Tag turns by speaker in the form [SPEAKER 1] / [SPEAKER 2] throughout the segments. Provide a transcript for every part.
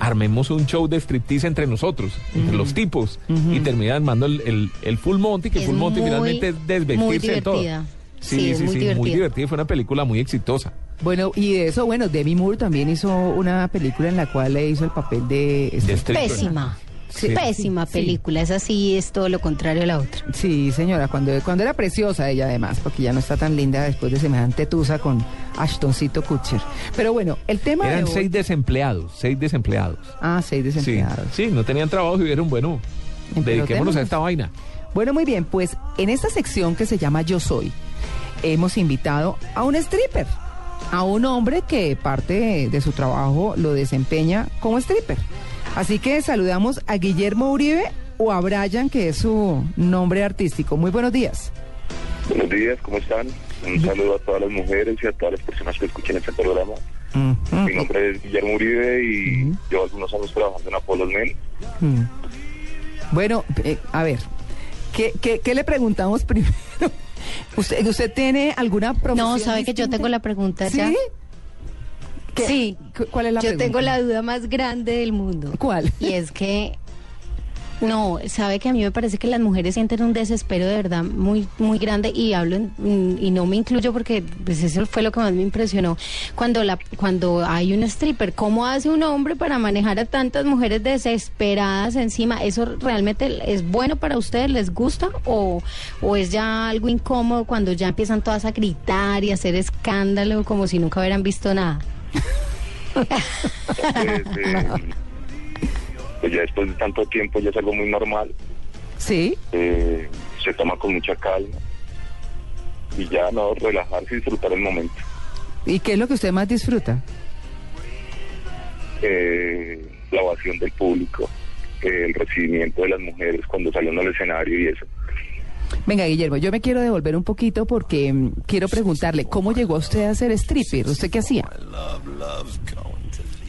[SPEAKER 1] Armemos un show de striptease entre nosotros, entre los tipos, y terminan mandando el, el, el Full Monty, que
[SPEAKER 2] Es
[SPEAKER 1] Full Monty
[SPEAKER 2] muy,
[SPEAKER 1] finalmente es
[SPEAKER 2] muy
[SPEAKER 1] desvestirse de todo.
[SPEAKER 2] divertida.
[SPEAKER 1] Sí,
[SPEAKER 2] Sí,
[SPEAKER 1] sí,
[SPEAKER 2] es
[SPEAKER 1] sí,
[SPEAKER 2] muy
[SPEAKER 1] muy
[SPEAKER 2] divertida.
[SPEAKER 1] divertida. y Fue una película muy exitosa.
[SPEAKER 3] Bueno, y de eso, bueno, Demi Moore también hizo una película en la cual le hizo el papel de...
[SPEAKER 1] De este? stripper.
[SPEAKER 2] Pésima.
[SPEAKER 1] Sí.
[SPEAKER 2] Pésima
[SPEAKER 3] Sí.
[SPEAKER 2] película. Esa sí es todo lo contrario a la otra.
[SPEAKER 3] Sí, señora, cuando, cuando era preciosa ella además, porque ya no está tan linda después de semejante tusa con Ashtoncito Kutcher. Pero bueno, el tema
[SPEAKER 1] Eran
[SPEAKER 3] de hoy-
[SPEAKER 1] seis desempleados, seis desempleados.
[SPEAKER 3] Ah, seis
[SPEAKER 1] Sí,
[SPEAKER 3] desempleados.
[SPEAKER 1] sí, no tenían trabajo y dijeron, bueno,
[SPEAKER 3] Empleotémonos.
[SPEAKER 1] dediquémonos a esta vaina.
[SPEAKER 3] Bueno, muy bien, pues en esta sección que se llama Yo Soy, hemos invitado a un stripper, a un hombre que parte de su trabajo lo desempeña como stripper. Así que saludamos a Guillermo Uribe o a Brian, que es su nombre artístico. Muy buenos días.
[SPEAKER 4] Buenos días, ¿cómo están? Un saludo a todas las mujeres y a todas las personas que escuchen este programa. Mi nombre es Guillermo Uribe y llevo algunos años trabajando en Apollos Men.
[SPEAKER 3] Mm. Bueno, eh, a ver, ¿qué, qué, qué le preguntamos primero? ¿Usted, ¿Usted tiene alguna profesión?
[SPEAKER 2] No, sabe que yo
[SPEAKER 3] distinta?
[SPEAKER 2] tengo la pregunta
[SPEAKER 3] ¿Sí?
[SPEAKER 2] ya.
[SPEAKER 3] ¿Qué-
[SPEAKER 2] Sí.
[SPEAKER 3] cu- ¿Cuál es la
[SPEAKER 2] yo
[SPEAKER 3] pregunta?
[SPEAKER 2] tengo la duda más grande del mundo.
[SPEAKER 3] ¿Cuál?
[SPEAKER 2] Y es que no, sabe que a mí me parece que las mujeres sienten un desespero de verdad muy muy grande y hablo en- mm, y no me incluyo porque pues eso fue lo que más me impresionó cuando la cuando hay un stripper, cómo hace un hombre para manejar a tantas mujeres desesperadas encima, eso realmente es bueno para ustedes, les gusta o o es ya algo incómodo cuando ya empiezan todas a gritar y a hacer escándalo como si nunca hubieran visto nada.
[SPEAKER 4] Entonces, eh, pues ya después de tanto tiempo ya es algo muy normal.
[SPEAKER 3] Sí.
[SPEAKER 4] eh, se toma con mucha calma y ya no relajarse y disfrutar el momento.
[SPEAKER 3] ¿Y qué es lo que usted más disfruta?
[SPEAKER 4] Eh, la ovación del público, eh, el recibimiento de las mujeres cuando salen al escenario y eso.
[SPEAKER 3] Venga, Guillermo, yo me quiero devolver un poquito porque mm, quiero preguntarle, ¿cómo llegó usted a ser stripper? ¿Usted qué hacía?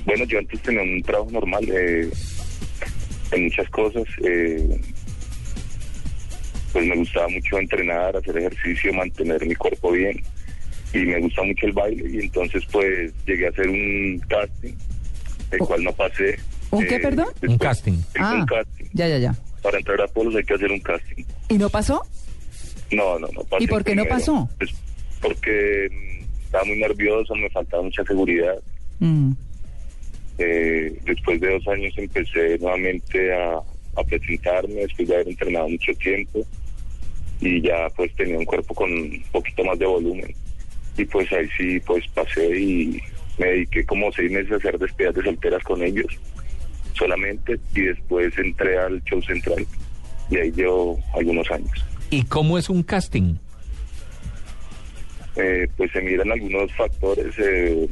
[SPEAKER 4] Bueno, yo antes tenía un trabajo normal eh, en muchas cosas. eh, pues me gustaba mucho entrenar, hacer ejercicio, mantener mi cuerpo bien. Y me gusta mucho el baile. Y entonces, pues, llegué a hacer un casting, el
[SPEAKER 3] Oh.
[SPEAKER 4] cual no pasé. eh,
[SPEAKER 3] ¿Un qué, perdón?
[SPEAKER 1] Un
[SPEAKER 4] después-
[SPEAKER 1] casting.
[SPEAKER 4] sí, Un casting.
[SPEAKER 3] Ah, ya, ya, ya.
[SPEAKER 4] Para entrar a Polos hay que hacer un casting.
[SPEAKER 3] ¿Y no pasó?
[SPEAKER 4] No, no, no pasé.
[SPEAKER 3] ¿Y por qué no
[SPEAKER 4] primero.
[SPEAKER 3] pasó?
[SPEAKER 4] Pues, porque mm, estaba muy nervioso, me faltaba mucha seguridad.
[SPEAKER 3] Mm,
[SPEAKER 4] Eh, después de dos años empecé nuevamente a, a presentarme, después de haber entrenado mucho tiempo y ya pues tenía un cuerpo con un poquito más de volumen. Y pues ahí sí, pues pasé y me dediqué como seis meses a hacer despedidas de solteras con ellos solamente y después entré al show central y ahí llevo algunos años.
[SPEAKER 1] ¿Y cómo es un casting?
[SPEAKER 4] eh, pues se miran algunos factores eh,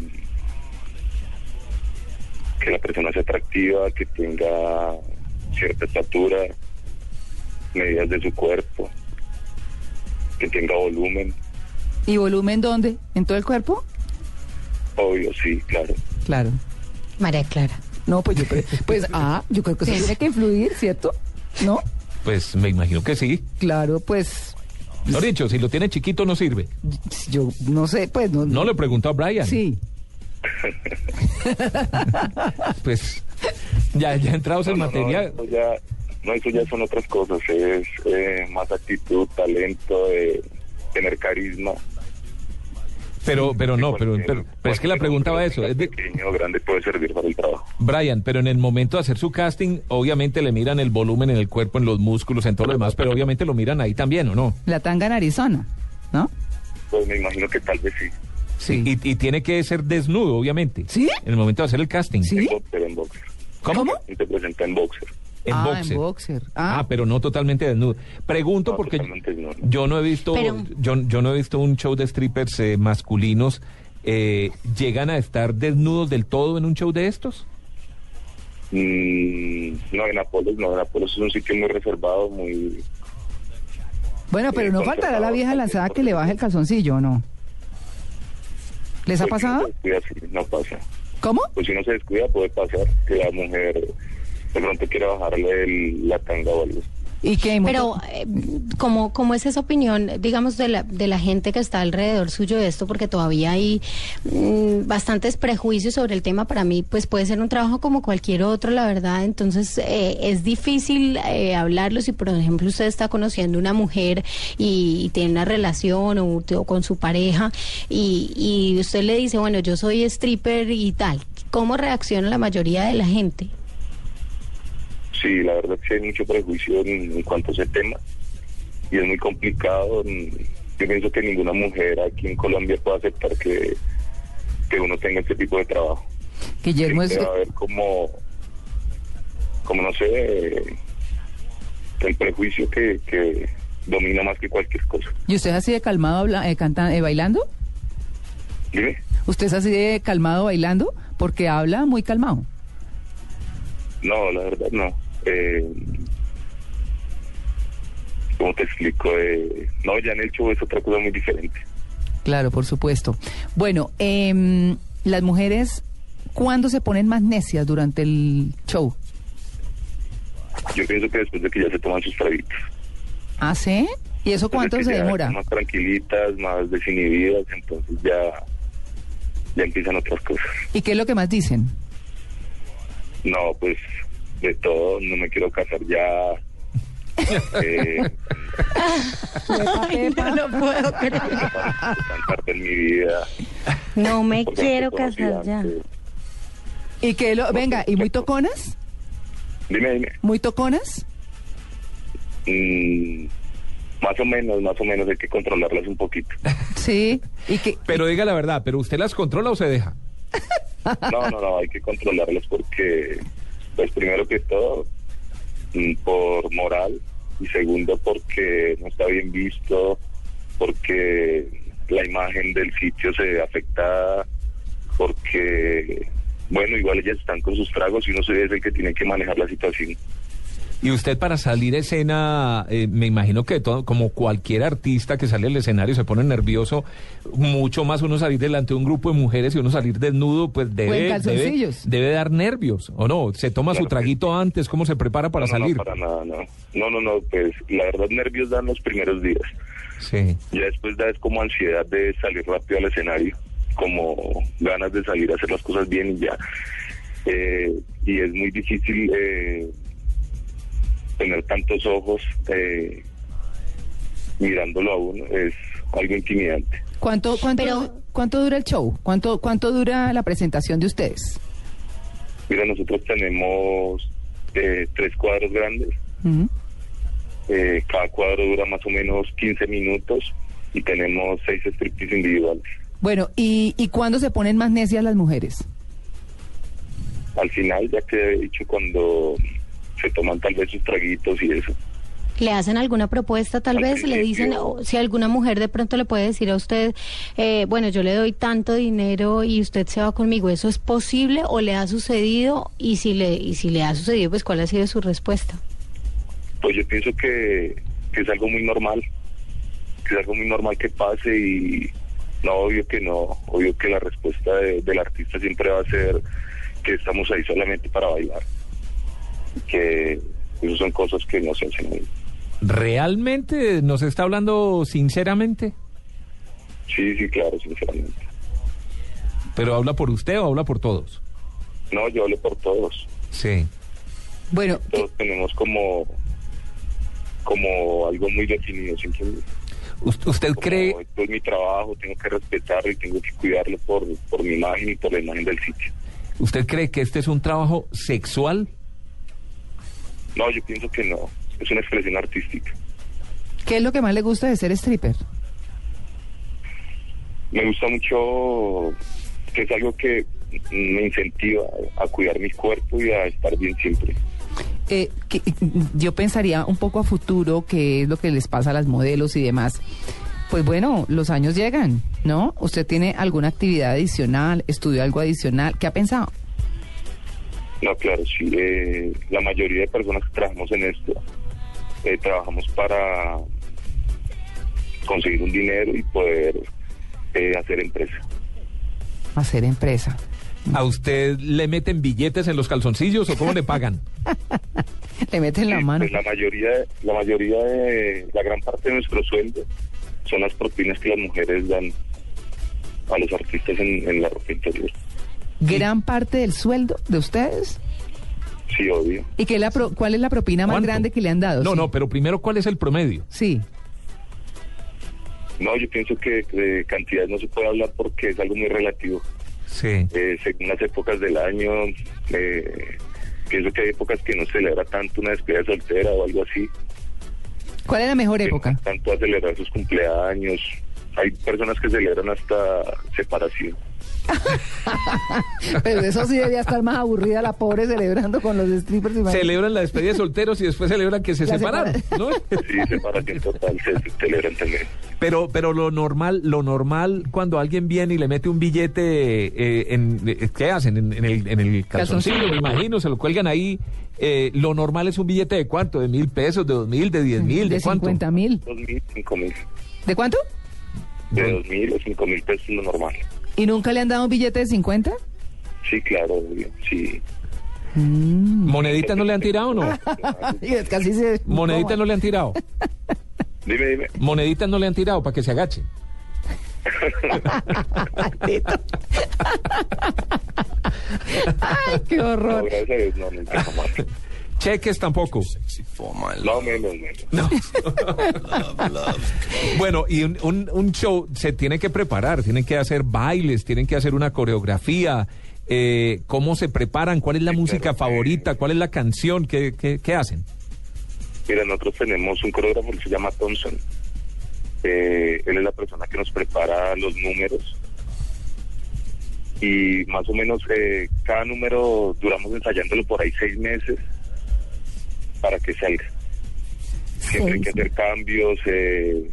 [SPEAKER 4] que la persona sea atractiva, que tenga cierta estatura, medidas de su cuerpo, que tenga volumen,
[SPEAKER 3] ¿Y volumen dónde? ¿En todo el cuerpo?
[SPEAKER 4] obvio, sí, claro.
[SPEAKER 3] Claro.
[SPEAKER 2] María Clara.
[SPEAKER 3] No, pues yo creo, pues, ah, yo creo que eso tiene que influir, ¿cierto? ¿No?
[SPEAKER 1] Pues me imagino que sí.
[SPEAKER 3] Claro, pues,
[SPEAKER 1] Lo dicho, si lo tiene chiquito no sirve.
[SPEAKER 3] yo no sé, pues no.
[SPEAKER 1] No le preguntó a Brian.
[SPEAKER 3] Sí.
[SPEAKER 1] Pues ya, ya entrados en
[SPEAKER 4] No, no, no,
[SPEAKER 1] materia.
[SPEAKER 4] eso ya, no, eso ya son otras cosas, es eh, más actitud, talento, eh, tener carisma.
[SPEAKER 1] Pero, pero no, pero, pero, pero es que la pregunta va a eso. Es de,
[SPEAKER 4] Pequeño o grande puede servir para el trabajo.
[SPEAKER 1] Brian, pero en el momento de hacer su casting, obviamente le miran el volumen en el cuerpo, en los músculos, en todo lo demás, pero obviamente lo miran ahí también, ¿o no?
[SPEAKER 3] La tanga en Arizona, ¿no?
[SPEAKER 4] Pues me imagino que tal vez sí.
[SPEAKER 3] Sí.
[SPEAKER 1] Y, y tiene que ser desnudo, obviamente.
[SPEAKER 3] ¿Sí?
[SPEAKER 1] En el momento de hacer el casting.
[SPEAKER 3] Sí.
[SPEAKER 4] En boxer, en boxer.
[SPEAKER 1] ¿Cómo?
[SPEAKER 4] Y te presenta en boxer.
[SPEAKER 1] En
[SPEAKER 3] ah,
[SPEAKER 1] boxer.
[SPEAKER 3] en boxer.
[SPEAKER 1] Ah,
[SPEAKER 3] Ah,
[SPEAKER 1] pero no totalmente desnudo. Pregunto
[SPEAKER 4] No,
[SPEAKER 1] porque
[SPEAKER 4] totalmente
[SPEAKER 1] yo,
[SPEAKER 4] no.
[SPEAKER 1] yo no he visto
[SPEAKER 2] Pero-
[SPEAKER 1] yo, yo no he visto un show de strippers eh, masculinos eh, llegan a estar desnudos del todo en un show de estos.
[SPEAKER 4] Mm, no, en Apolos no, en Apolos es un sitio muy reservado, muy...
[SPEAKER 3] Bueno, pero
[SPEAKER 4] Eh,
[SPEAKER 3] no
[SPEAKER 4] con
[SPEAKER 3] faltará la
[SPEAKER 4] trabajo,
[SPEAKER 3] vieja
[SPEAKER 4] con
[SPEAKER 3] lanzada
[SPEAKER 4] tiempo.
[SPEAKER 3] que le baje el calzoncillo, ¿o ¿no? ¿Les ha
[SPEAKER 4] pues, si uno
[SPEAKER 3] pasado?
[SPEAKER 4] se descuida, sí, no pasa.
[SPEAKER 3] ¿Cómo?
[SPEAKER 4] Pues si no se descuida puede pasar que la mujer de pronto quiera bajarle el- la tanga o algo.
[SPEAKER 3] ¿Y qué? ¿Y
[SPEAKER 2] Pero, eh, ¿cómo, cómo es esa opinión, digamos, de la, de la gente que está alrededor suyo de esto? Porque todavía hay mm, bastantes prejuicios sobre el tema. Para mí, pues puede ser un trabajo como cualquier otro, la verdad. Entonces, eh, es difícil eh, hablarlo si, por ejemplo, usted está conociendo una mujer y, y tiene una relación o, o con su pareja y, y usted le dice, bueno, yo soy stripper y tal. ¿Cómo reacciona la mayoría de la gente?
[SPEAKER 4] Sí, la verdad es que hay mucho prejuicio en, en cuanto a ese tema y es muy complicado. mm, Yo pienso que ninguna mujer aquí en Colombia puede aceptar que, que uno tenga este tipo de trabajo.
[SPEAKER 3] Guillermo es...
[SPEAKER 4] Siempre va Este, a haber como, como no sé, el prejuicio que, que domina más que cualquier cosa.
[SPEAKER 3] ¿Y usted es así de calmado habla- eh, canta- eh, bailando?
[SPEAKER 4] Dime,
[SPEAKER 3] ¿Usted es así de calmado bailando? Porque habla muy calmado.
[SPEAKER 4] no, la verdad no. Eh, ¿Cómo te explico? Eh, no, ya en el show es otra cosa muy diferente.
[SPEAKER 3] Claro, por supuesto. Bueno, em, las mujeres, ¿cuándo se ponen más necias durante el show?
[SPEAKER 4] Yo pienso que después de que ya se toman sus traguitos.
[SPEAKER 3] ¿Ah, sí? ¿Y eso
[SPEAKER 4] Entonces,
[SPEAKER 3] cuánto
[SPEAKER 4] que
[SPEAKER 3] se
[SPEAKER 4] ya
[SPEAKER 3] demora?
[SPEAKER 4] están Más tranquilitas, más desinhibidas, entonces ya, ya empiezan otras cosas.
[SPEAKER 3] ¿Y qué es lo que más dicen?
[SPEAKER 4] No, pues de todo, no me quiero casar ya. Eh,
[SPEAKER 2] no lo puedo creer.
[SPEAKER 4] tan tarde en mi vida.
[SPEAKER 2] No me
[SPEAKER 4] porque
[SPEAKER 2] quiero
[SPEAKER 4] no te conocí
[SPEAKER 2] casar ya.
[SPEAKER 4] antes.
[SPEAKER 3] ¿Y qué lo, venga, ¿y muy toconas?
[SPEAKER 4] Dime, dime.
[SPEAKER 3] ¿Muy toconas?
[SPEAKER 4] Mm, más o menos, más o menos hay que controlarlas un poquito.
[SPEAKER 3] Sí. ¿Y qué?
[SPEAKER 1] Pero diga la verdad, ¿pero usted las controla o se deja?
[SPEAKER 4] No, no, no, hay que controlarlas porque, pues primero que todo, mm, por moral y segundo porque no está bien visto, porque la imagen del sitio se ve afectada, porque, bueno, igual ellas están con sus tragos y uno se- es el que tiene que manejar la situación.
[SPEAKER 1] Y usted para salir a escena, eh, me imagino que todo, como cualquier artista que sale al escenario se pone nervioso, mucho más uno salir delante de un grupo de mujeres y uno salir desnudo, pues
[SPEAKER 3] en
[SPEAKER 1] debe, debe,
[SPEAKER 3] calzoncillos.
[SPEAKER 1] debe dar nervios, ¿o no? ¿Se toma
[SPEAKER 4] Claro
[SPEAKER 1] su
[SPEAKER 4] que
[SPEAKER 1] traguito antes? ¿Cómo se prepara para
[SPEAKER 4] no, no,
[SPEAKER 1] salir?
[SPEAKER 4] No, para nada, no. No, no, no, pues la verdad nervios dan los primeros días.
[SPEAKER 1] Sí.
[SPEAKER 4] Ya después da es como ansiedad de salir rápido al escenario, como ganas de salir a hacer las cosas bien y ya. Eh, y es muy difícil eh, tener tantos ojos eh, mirándolo a uno, es algo intimidante.
[SPEAKER 3] ¿Cuánto, cuánto,
[SPEAKER 2] Pero-
[SPEAKER 3] ¿Cuánto dura el show? ¿Cuánto, ¿Cuánto dura la presentación de ustedes?
[SPEAKER 4] Mira, nosotros tenemos eh, tres cuadros grandes,
[SPEAKER 3] Ujú.
[SPEAKER 4] eh, cada cuadro dura más o menos 15 minutos y tenemos seis striptease individuales.
[SPEAKER 3] Bueno, ¿y, ¿y cuándo se ponen más necias las mujeres?
[SPEAKER 4] Al final, ya que he dicho, cuando se toman tal vez sus traguitos y eso.
[SPEAKER 2] ¿Le hacen alguna propuesta tal
[SPEAKER 4] Al
[SPEAKER 2] vez? ¿Le dicen
[SPEAKER 4] principio-
[SPEAKER 2] o si alguna mujer de pronto le puede decir a usted, eh, bueno, yo le doy tanto dinero y usted se va conmigo? ¿Eso es posible o le ha sucedido? Y si le, y si le ha sucedido, pues ¿cuál ha sido su respuesta?
[SPEAKER 4] Pues yo pienso que, que es algo muy normal, que es algo muy normal que pase y no, obvio que no, obvio que la respuesta de- del artista siempre va a ser que estamos ahí solamente para bailar, que eso son cosas que no se hacen ahí.
[SPEAKER 1] ¿Realmente nos está hablando sinceramente?
[SPEAKER 4] Sí, sí, claro, sinceramente.
[SPEAKER 1] ¿Pero habla por usted o habla por todos?
[SPEAKER 4] No, yo hablo por todos.
[SPEAKER 1] Sí.
[SPEAKER 3] Bueno, ¿qué-
[SPEAKER 4] Todos tenemos como, como algo muy definido, ¿sí entiendes?
[SPEAKER 1] ¿Us- ¿Usted
[SPEAKER 4] Como,
[SPEAKER 1] cree,
[SPEAKER 4] esto es mi trabajo, tengo que respetarlo y tengo que cuidarlo por, por mi imagen y por la imagen del sitio.
[SPEAKER 1] usted cree que este es un trabajo sexual?
[SPEAKER 4] No, yo pienso que no. Es una expresión artística.
[SPEAKER 3] ¿qué es lo que más le gusta de ser stripper?
[SPEAKER 4] Me gusta mucho que es algo que me incentiva a cuidar mi cuerpo y a estar bien siempre.
[SPEAKER 3] Eh, que- yo pensaría un poco a futuro, que es lo que les pasa a las modelos y demás. Pues bueno, los años llegan, ¿no? ¿Usted tiene alguna actividad adicional, estudió algo adicional? ¿Qué ha pensado?
[SPEAKER 4] No, claro, sí. eh, la mayoría de personas que trabajamos en esto, eh, trabajamos para conseguir un dinero y poder eh, hacer empresa.
[SPEAKER 3] Hacer empresa.
[SPEAKER 1] ¿A usted le meten billetes en los calzoncillos o cómo le pagan?
[SPEAKER 3] Le meten la
[SPEAKER 4] Sí,
[SPEAKER 3] mano.
[SPEAKER 4] pues la mayoría, la mayoría de, la gran parte de nuestro sueldo son las propinas que las mujeres dan a los artistas en, en la ropa interior.
[SPEAKER 3] Gran parte del sueldo de ustedes.
[SPEAKER 4] Sí, obvio.
[SPEAKER 3] ¿Y qué es la pro- cuál es la propina más
[SPEAKER 1] ¿Cuánto?
[SPEAKER 3] grande que le han dado?
[SPEAKER 1] No,
[SPEAKER 3] Sí.
[SPEAKER 1] no, pero primero, ¿cuál es el promedio?
[SPEAKER 3] Sí.
[SPEAKER 4] No, yo pienso que de cantidades no se puede hablar porque es algo muy relativo.
[SPEAKER 1] Sí.
[SPEAKER 4] Eh, según las épocas del año, eh, pienso que hay épocas que no se celebra tanto una despedida soltera o algo así.
[SPEAKER 3] ¿Cuál es la mejor
[SPEAKER 4] que
[SPEAKER 3] época?
[SPEAKER 4] no Tanto a celebrar sus cumpleaños. Hay personas que celebran hasta separación.
[SPEAKER 3] Pero eso sí debía estar más aburrida la pobre celebrando con los strippers. y
[SPEAKER 1] Celebran la despedida de solteros y después celebran que se
[SPEAKER 3] La
[SPEAKER 1] separaron, ¿no?
[SPEAKER 4] Sí, separación total se celebran también.
[SPEAKER 1] Pero, pero lo normal, lo normal cuando alguien viene y le mete un billete, eh, en, eh, ¿qué hacen? En, en el, en el calzoncillo,
[SPEAKER 3] Calzoncillo.
[SPEAKER 1] me imagino, se lo cuelgan ahí. Eh, lo normal es un billete de cuánto, de mil pesos, de dos mil, de diez mil, de,
[SPEAKER 3] de
[SPEAKER 1] cuánto.
[SPEAKER 3] 50 mil.
[SPEAKER 4] Dos mil, cinco mil.
[SPEAKER 3] ¿De cuánto?
[SPEAKER 4] De dos mil o cinco mil pesos lo normal.
[SPEAKER 3] ¿Y nunca le han dado un billete de 50?
[SPEAKER 4] Sí, claro, obvio, sí.
[SPEAKER 1] ¿Moneditas no le han tirado o no?
[SPEAKER 3] Ay, es que así se...
[SPEAKER 1] ¿Moneditas no le han tirado?
[SPEAKER 4] Dime, dime.
[SPEAKER 1] ¿Moneditas no le han tirado para que se agache?
[SPEAKER 3] Ay, qué
[SPEAKER 4] No,
[SPEAKER 3] horror.
[SPEAKER 4] gracias a Dios, no, nunca jamás.
[SPEAKER 1] Cheques tampoco.
[SPEAKER 4] No, menos, menos.
[SPEAKER 1] No. bueno, y un, un- un show se tiene que preparar, tienen que hacer bailes, tienen que hacer una coreografía. eh, ¿Cómo se preparan? ¿Cuál es la música
[SPEAKER 4] claro,
[SPEAKER 1] favorita? ¿Cuál es la canción? ¿Qué, qué- qué hacen?
[SPEAKER 4] Mira, nosotros tenemos un coreógrafo que se llama Thompson. Eh, él es la persona que nos prepara los números. Y más o menos eh, cada número duramos ensayándolo por ahí seis meses para que salga. Siempre hay que hacer cambios. eh,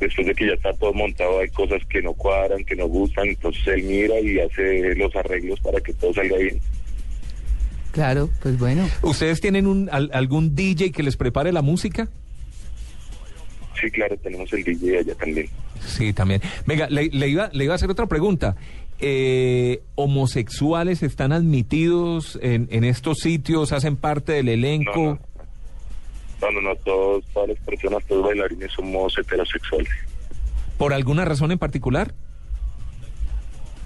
[SPEAKER 4] después de que ya está todo montado, hay cosas que no cuadran, que no gustan. Entonces él mira y hace los arreglos para que todo salga bien.
[SPEAKER 3] Claro, pues bueno.
[SPEAKER 1] ¿Ustedes tienen un, al- algún DJ que les prepare la música?
[SPEAKER 4] Sí, claro, tenemos el DJ allá también.
[SPEAKER 1] Sí, también. Venga, le, le iba, le iba a hacer otra pregunta. Eh, ¿Homosexuales están admitidos en, en estos sitios? ¿Hacen parte del
[SPEAKER 4] No,
[SPEAKER 1] elenco?
[SPEAKER 4] no. No, no, no, todos, todas las personas, todos los bailarines somos heterosexuales.
[SPEAKER 1] ¿Por alguna razón en particular?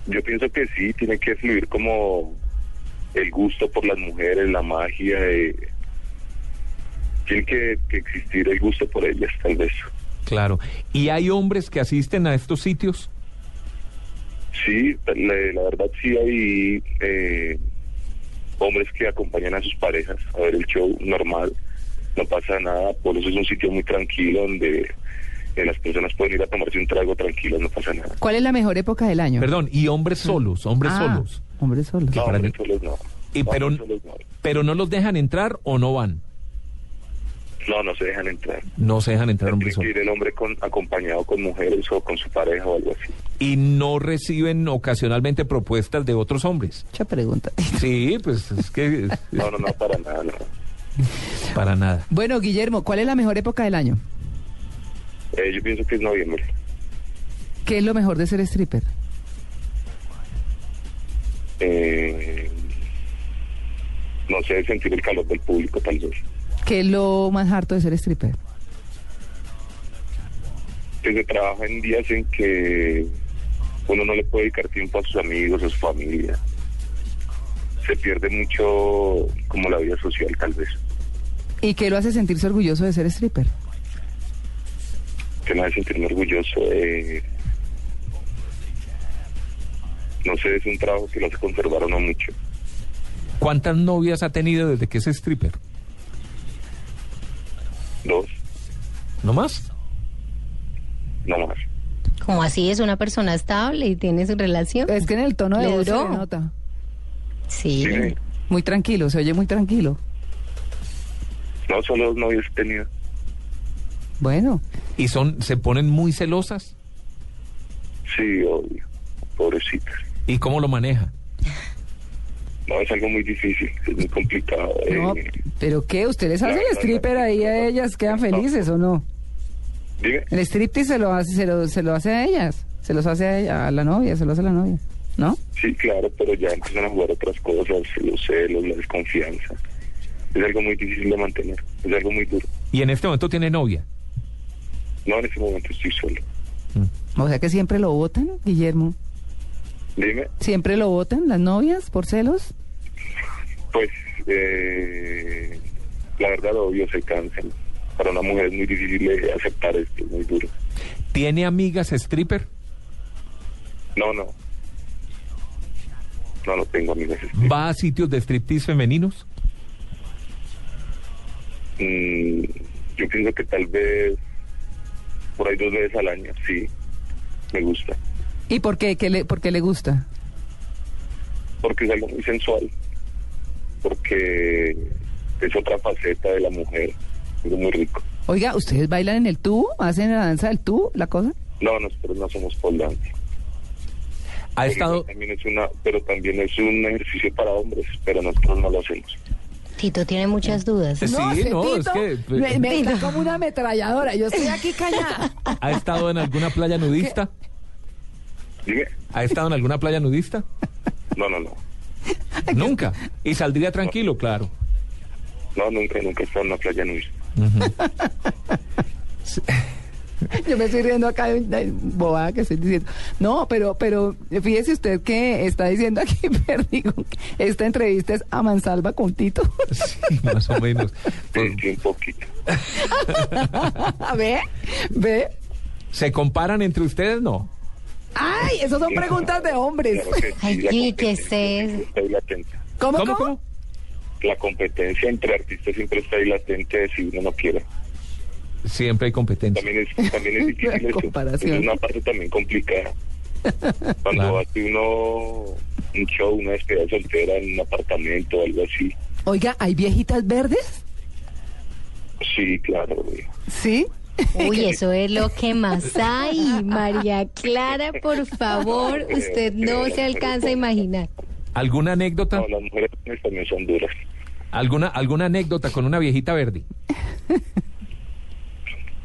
[SPEAKER 4] Yo pienso que sí, tiene que fluir como el gusto por las mujeres, la magia, eh, tiene que, que existir el gusto por ellas, tal vez.
[SPEAKER 1] Claro. ¿Y hay hombres que asisten a estos sitios?
[SPEAKER 4] Sí, la, la verdad sí hay eh, hombres que acompañan a sus parejas a ver el show normal, no pasa nada, por eso es un sitio muy tranquilo donde eh, las personas pueden ir a tomarse un trago tranquilo, no pasa nada.
[SPEAKER 3] ¿Cuál es la mejor época del año?
[SPEAKER 1] Perdón, y hombres solos, hombres
[SPEAKER 3] Ah,
[SPEAKER 1] solos.
[SPEAKER 3] Hombres solos.
[SPEAKER 1] Que
[SPEAKER 4] No,
[SPEAKER 1] para
[SPEAKER 4] hombres
[SPEAKER 1] mí-
[SPEAKER 4] solos no.
[SPEAKER 1] Y
[SPEAKER 4] No,
[SPEAKER 1] pero,
[SPEAKER 4] hombres solos no.
[SPEAKER 1] pero no los dejan entrar o no van.
[SPEAKER 4] No, no se dejan entrar.
[SPEAKER 1] No se dejan entrar
[SPEAKER 4] Tiene
[SPEAKER 1] hombres
[SPEAKER 4] que
[SPEAKER 1] solos.
[SPEAKER 4] ir el hombre con, acompañado con mujeres o con su pareja o algo así.
[SPEAKER 1] Y no reciben ocasionalmente propuestas de otros hombres.
[SPEAKER 3] Mucha pregunta.
[SPEAKER 1] Sí, pues es que
[SPEAKER 4] No, no, no, para nada, no.
[SPEAKER 1] para nada.
[SPEAKER 3] Bueno, Guillermo, ¿cuál es la mejor época del año?
[SPEAKER 4] Eh, yo pienso que es noviembre.
[SPEAKER 3] ¿Qué es lo mejor de ser stripper?
[SPEAKER 4] Eh, no sé, sentir el calor del público tal vez.
[SPEAKER 3] ¿Qué es lo más harto de ser stripper?
[SPEAKER 4] Que se trabaja en días en que uno no le puede dedicar tiempo a sus amigos, a su familia. Se pierde mucho como la vida social tal vez.
[SPEAKER 3] ¿Y qué lo hace sentirse orgulloso de ser stripper?
[SPEAKER 4] que me hace sentirme orgulloso de... No sé, es un trabajo que lo hace conservar o no mucho.
[SPEAKER 1] ¿Cuántas novias ha tenido desde que es stripper?
[SPEAKER 4] Dos,
[SPEAKER 1] ¿No más?
[SPEAKER 4] no más.
[SPEAKER 2] Como así es una persona estable y tiene su relación.
[SPEAKER 3] Es que en el tono de
[SPEAKER 2] Le
[SPEAKER 3] voz se
[SPEAKER 2] duró.
[SPEAKER 3] le nota.
[SPEAKER 2] Sí.
[SPEAKER 4] Dime,
[SPEAKER 3] Muy tranquilo, se oye muy tranquilo.
[SPEAKER 4] No, solo dos novios he tenido.
[SPEAKER 3] Bueno,
[SPEAKER 1] ¿Y son, se ponen muy celosas?
[SPEAKER 4] Sí, obvio. Pobrecitas.
[SPEAKER 1] ¿Y cómo lo maneja?
[SPEAKER 4] No, es algo muy difícil, es muy complicado.
[SPEAKER 3] No,
[SPEAKER 4] eh,
[SPEAKER 3] pero ¿qué? ¿Ustedes
[SPEAKER 4] no,
[SPEAKER 3] hacen
[SPEAKER 4] no,
[SPEAKER 3] el
[SPEAKER 4] no,
[SPEAKER 3] stripper
[SPEAKER 4] no,
[SPEAKER 3] ahí
[SPEAKER 4] no,
[SPEAKER 3] a
[SPEAKER 4] no,
[SPEAKER 3] ellas? ¿Quedan
[SPEAKER 4] no.
[SPEAKER 3] felices o no?
[SPEAKER 4] dime.
[SPEAKER 3] El striptease se lo hace, se lo, se lo hace a ellas, se los hace a, ella- a la novia, se lo hace a la novia, ¿no?
[SPEAKER 4] Sí, claro, pero ya empiezan a jugar otras cosas, los celos, la desconfianza. Es algo muy difícil de mantener, es algo muy duro.
[SPEAKER 1] Y en este momento tiene novia.
[SPEAKER 4] No, en este momento estoy solo.
[SPEAKER 3] O sea que siempre lo votan, Guillermo.
[SPEAKER 4] Dime,
[SPEAKER 3] ¿Siempre lo votan las novias por celos?
[SPEAKER 4] pues, eh, la verdad, obvio, se cansan. Para una mujer es muy difícil eh, aceptar esto, es muy duro.
[SPEAKER 1] ¿Tiene amigas stripper?
[SPEAKER 4] No, no. No, no tengo este. amigas.
[SPEAKER 1] ¿Va a sitios de striptease femeninos?
[SPEAKER 4] Mm, yo pienso que tal vez por ahí dos veces al año, sí, me gusta.
[SPEAKER 3] ¿Y por qué? ¿Qué le, por qué le gusta?
[SPEAKER 4] porque es algo muy sensual, porque es otra faceta de la mujer, algo muy rico.
[SPEAKER 3] Oiga, ¿ustedes bailan en el tubo? ¿Hacen la danza del tubo, la cosa?
[SPEAKER 4] No, nosotros no somos pole dance,
[SPEAKER 1] ¿Ha
[SPEAKER 4] pero
[SPEAKER 1] estado,
[SPEAKER 4] también es una, pero también es un ejercicio para hombres, pero nosotros no lo hacemos.
[SPEAKER 2] Tito tiene muchas dudas.
[SPEAKER 1] Sí, no, es que- pues,
[SPEAKER 3] me, me está como una ametralladora, yo estoy aquí callada.
[SPEAKER 1] ha estado en alguna playa nudista?
[SPEAKER 4] Dime,
[SPEAKER 1] ¿Ha estado en alguna playa nudista?
[SPEAKER 4] no, no, no,
[SPEAKER 1] Nunca. Y saldría tranquilo, claro.
[SPEAKER 4] no, nunca, nunca he estado en una playa nudista.
[SPEAKER 3] Yo me estoy riendo acá de una bobada que estoy diciendo. No, pero, pero fíjese usted que está diciendo aquí, perdigo, esta entrevista es a mansalva con Tito.
[SPEAKER 1] Sí, más o menos. Pues,
[SPEAKER 4] Sí, un poquito.
[SPEAKER 3] ¿Ve? ¿Ve?
[SPEAKER 1] ¿Se comparan entre ustedes? No.
[SPEAKER 3] ¡Ay! Esas son preguntas de hombres.
[SPEAKER 4] Claro que sí,
[SPEAKER 2] Ay,
[SPEAKER 4] la
[SPEAKER 2] sí, que
[SPEAKER 4] competencia
[SPEAKER 2] se-
[SPEAKER 4] siempre está ahí latente.
[SPEAKER 3] ¿Cómo, cómo?
[SPEAKER 4] La competencia entre artistas siempre está ahí latente si uno no quiere.
[SPEAKER 1] Siempre hay competencia.
[SPEAKER 4] también es, también es
[SPEAKER 3] La
[SPEAKER 4] difícil eso.
[SPEAKER 3] comparación.
[SPEAKER 4] Es una parte también complicada. Cuando
[SPEAKER 1] Claro.
[SPEAKER 4] hace uno un show, una despedida soltera en un apartamento o algo así.
[SPEAKER 3] Oiga, ¿hay viejitas verdes?
[SPEAKER 4] Sí, claro. güey.
[SPEAKER 3] Sí.
[SPEAKER 2] Uy, eso es lo que más hay. María Clara, por favor, usted no se alcanza a imaginar.
[SPEAKER 1] ¿Alguna anécdota?
[SPEAKER 2] Ah.
[SPEAKER 4] No, las mujeres también son duras.
[SPEAKER 1] ¿Alguna, ¿Alguna anécdota con una viejita verde?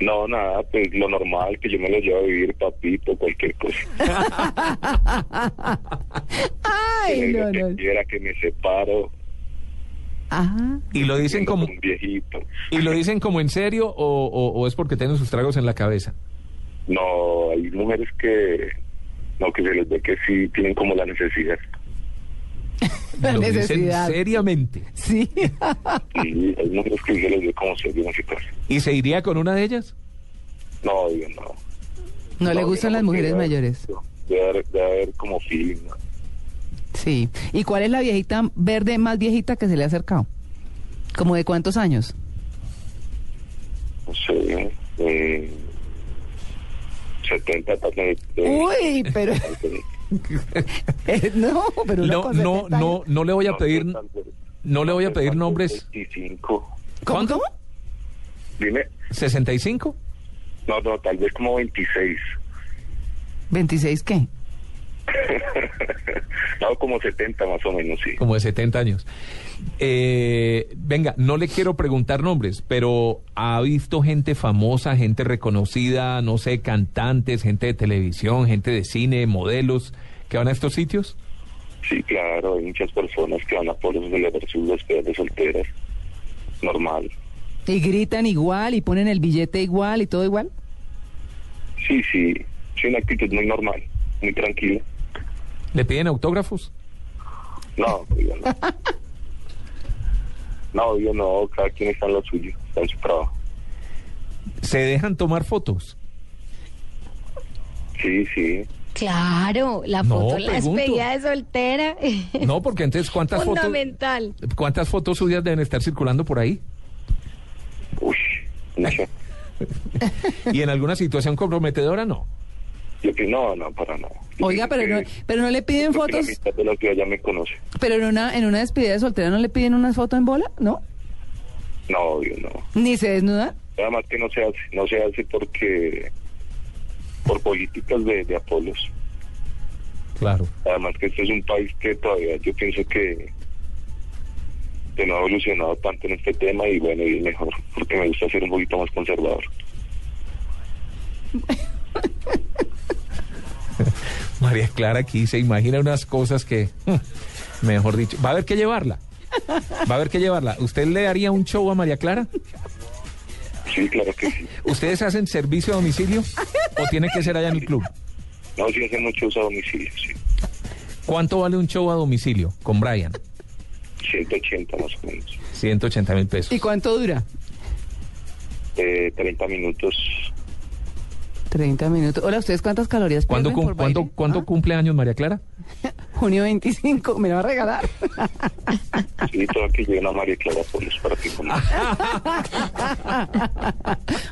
[SPEAKER 4] No, nada, pues lo normal que yo me lo llevo a vivir, papito, cualquier cosa. que
[SPEAKER 3] Ay, no,
[SPEAKER 4] me diga que
[SPEAKER 3] no.
[SPEAKER 4] quiera, que me separo.
[SPEAKER 3] Ajá.
[SPEAKER 1] ¿Y lo dicen
[SPEAKER 4] ando
[SPEAKER 1] como,
[SPEAKER 4] con Un viejito.
[SPEAKER 1] y lo dicen como en serio o, o- o es porque tienen sus tragos en la cabeza?
[SPEAKER 4] No, hay mujeres que. No, que se les ve que sí tienen como la necesidad.
[SPEAKER 3] La
[SPEAKER 1] lo dicen
[SPEAKER 3] necesidad.
[SPEAKER 1] seriamente.
[SPEAKER 3] Sí. Ah.
[SPEAKER 4] Y hay mujeres que se les ve como serios musicales.
[SPEAKER 1] ¿Y se iría con una de ellas?
[SPEAKER 4] No, yo no.
[SPEAKER 3] No le gustan las
[SPEAKER 4] digamos
[SPEAKER 3] mujeres
[SPEAKER 4] que debe-
[SPEAKER 3] mayores.
[SPEAKER 4] Debe haber, debe haber como feeling. ¿no?
[SPEAKER 3] Sí. ¿Y cuál es la viejita verde más viejita que se le ha acercado? ¿Como de cuántos años?
[SPEAKER 4] No sé. Eh, 70 también.
[SPEAKER 3] Uy, pero eh, no, pero uno
[SPEAKER 1] No,
[SPEAKER 3] con
[SPEAKER 1] no,
[SPEAKER 3] 70
[SPEAKER 1] no,
[SPEAKER 3] años.
[SPEAKER 1] no le voy a pedir, no le voy a pedir nombres.
[SPEAKER 4] 25.
[SPEAKER 3] ¿Cómo,
[SPEAKER 1] ¿Cuánto?
[SPEAKER 3] cómo?
[SPEAKER 4] Dime.
[SPEAKER 1] ¿65?
[SPEAKER 4] No, no, tal vez como 26.
[SPEAKER 3] ¿26 qué?
[SPEAKER 4] No, como 70 más o menos, sí.
[SPEAKER 1] Como de 70 años. Eh, venga, no le quiero preguntar nombres, pero ¿ha visto gente famosa, gente reconocida, no sé, cantantes, gente de televisión, gente de cine, modelos que van a estos sitios?
[SPEAKER 4] Sí, claro, hay muchas personas que van a por eso celebrar sus despedidas de solteras. Normal.
[SPEAKER 3] Y gritan igual y ponen el billete igual y todo igual.
[SPEAKER 4] Sí, sí. Sí, una actitud muy normal, muy tranquila.
[SPEAKER 1] ¿Le piden autógrafos?
[SPEAKER 4] No, yo no. No, yo no, cada quien está en lo suyo, está en su trabajo.
[SPEAKER 1] ¿Se dejan tomar fotos?
[SPEAKER 4] Sí, sí.
[SPEAKER 2] Claro, la
[SPEAKER 1] No,
[SPEAKER 2] foto, la
[SPEAKER 1] pregunto.
[SPEAKER 2] despedida de soltera.
[SPEAKER 1] No, porque entonces ¿cuántas fotos,
[SPEAKER 2] Fundamental.
[SPEAKER 1] cuántas fotos suyas deben estar circulando por ahí?
[SPEAKER 4] Uy, no sé.
[SPEAKER 1] ¿Y en alguna situación comprometedora no?
[SPEAKER 4] Yo que no, no, para nada. Yo
[SPEAKER 3] Oiga,
[SPEAKER 4] creo
[SPEAKER 3] pero no,
[SPEAKER 4] que-
[SPEAKER 3] pero no le piden
[SPEAKER 4] creo que
[SPEAKER 3] fotos,
[SPEAKER 4] La mitad de la ciudad ya me conoce.
[SPEAKER 3] pero en una en una despedida de soltera no le piden unas fotos en bola, ¿no?
[SPEAKER 4] No, yo no.
[SPEAKER 3] Ni se desnudan.
[SPEAKER 4] Además que no se hace, no se hace porque por políticas de, de Apolos.
[SPEAKER 1] Claro.
[SPEAKER 4] Además que este es un país que todavía yo pienso que de no he evolucionado tanto en este tema y bueno, y es mejor, porque me gusta ser un poquito más conservador.
[SPEAKER 1] María Clara aquí se imagina unas cosas que, mejor dicho, va a haber que llevarla. Va a haber que llevarla. ¿Usted le haría un show a María Clara?
[SPEAKER 4] Sí, claro que sí.
[SPEAKER 1] ¿Ustedes hacen servicio a domicilio o tiene que ser allá en el club?
[SPEAKER 4] No, sí hace mucho uso a domicilio, sí.
[SPEAKER 1] ¿Cuánto vale un show a domicilio con Brian?
[SPEAKER 4] 180 más o menos.
[SPEAKER 1] 180 mil pesos.
[SPEAKER 3] ¿Y cuánto dura?
[SPEAKER 4] Eh, 30 minutos.
[SPEAKER 3] 30 minutos. Hola, ¿ustedes cuántas calorías
[SPEAKER 1] ¿Cuándo,
[SPEAKER 3] pierden
[SPEAKER 1] cum-
[SPEAKER 3] por
[SPEAKER 1] cuándo-
[SPEAKER 3] baile?
[SPEAKER 1] cuándo
[SPEAKER 3] ¿Ah?
[SPEAKER 1] cumple años María Clara?
[SPEAKER 3] Junio 25, ¿me lo va a regalar?
[SPEAKER 4] Sí, tengo que llevar a María Clara Polos para que conozca.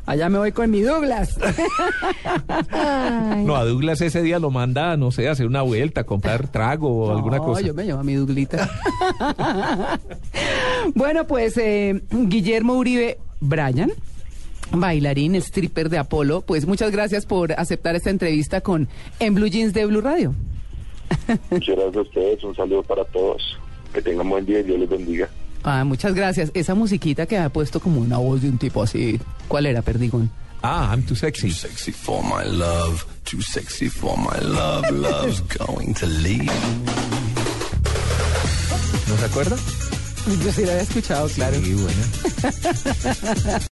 [SPEAKER 3] Allá me voy con mi Douglas.
[SPEAKER 1] No, a Douglas ese día lo manda, no sé, a hacer una vuelta, a comprar trago o alguna
[SPEAKER 3] No,
[SPEAKER 1] cosa.
[SPEAKER 3] yo me llevo a mi Douglita. bueno, pues eh, Guillermo Uribe Bryan. Bailarín, stripper de Apolo, pues muchas gracias por aceptar esta entrevista con En Blue Jeans de Blue Radio.
[SPEAKER 4] Muchas gracias a ustedes, un saludo para todos. Que tengan buen día y Dios les bendiga.
[SPEAKER 3] Ah, muchas gracias. Esa musiquita que ha puesto como una voz de un tipo así. ¿Cuál era, Perdigón?
[SPEAKER 1] Ah, I'm too sexy.
[SPEAKER 5] Too sexy for my love. Too sexy for my love. Love's going to leave.
[SPEAKER 1] ¿No se acuerda?
[SPEAKER 3] Yo sí la había escuchado, claro.
[SPEAKER 1] Sí, bueno.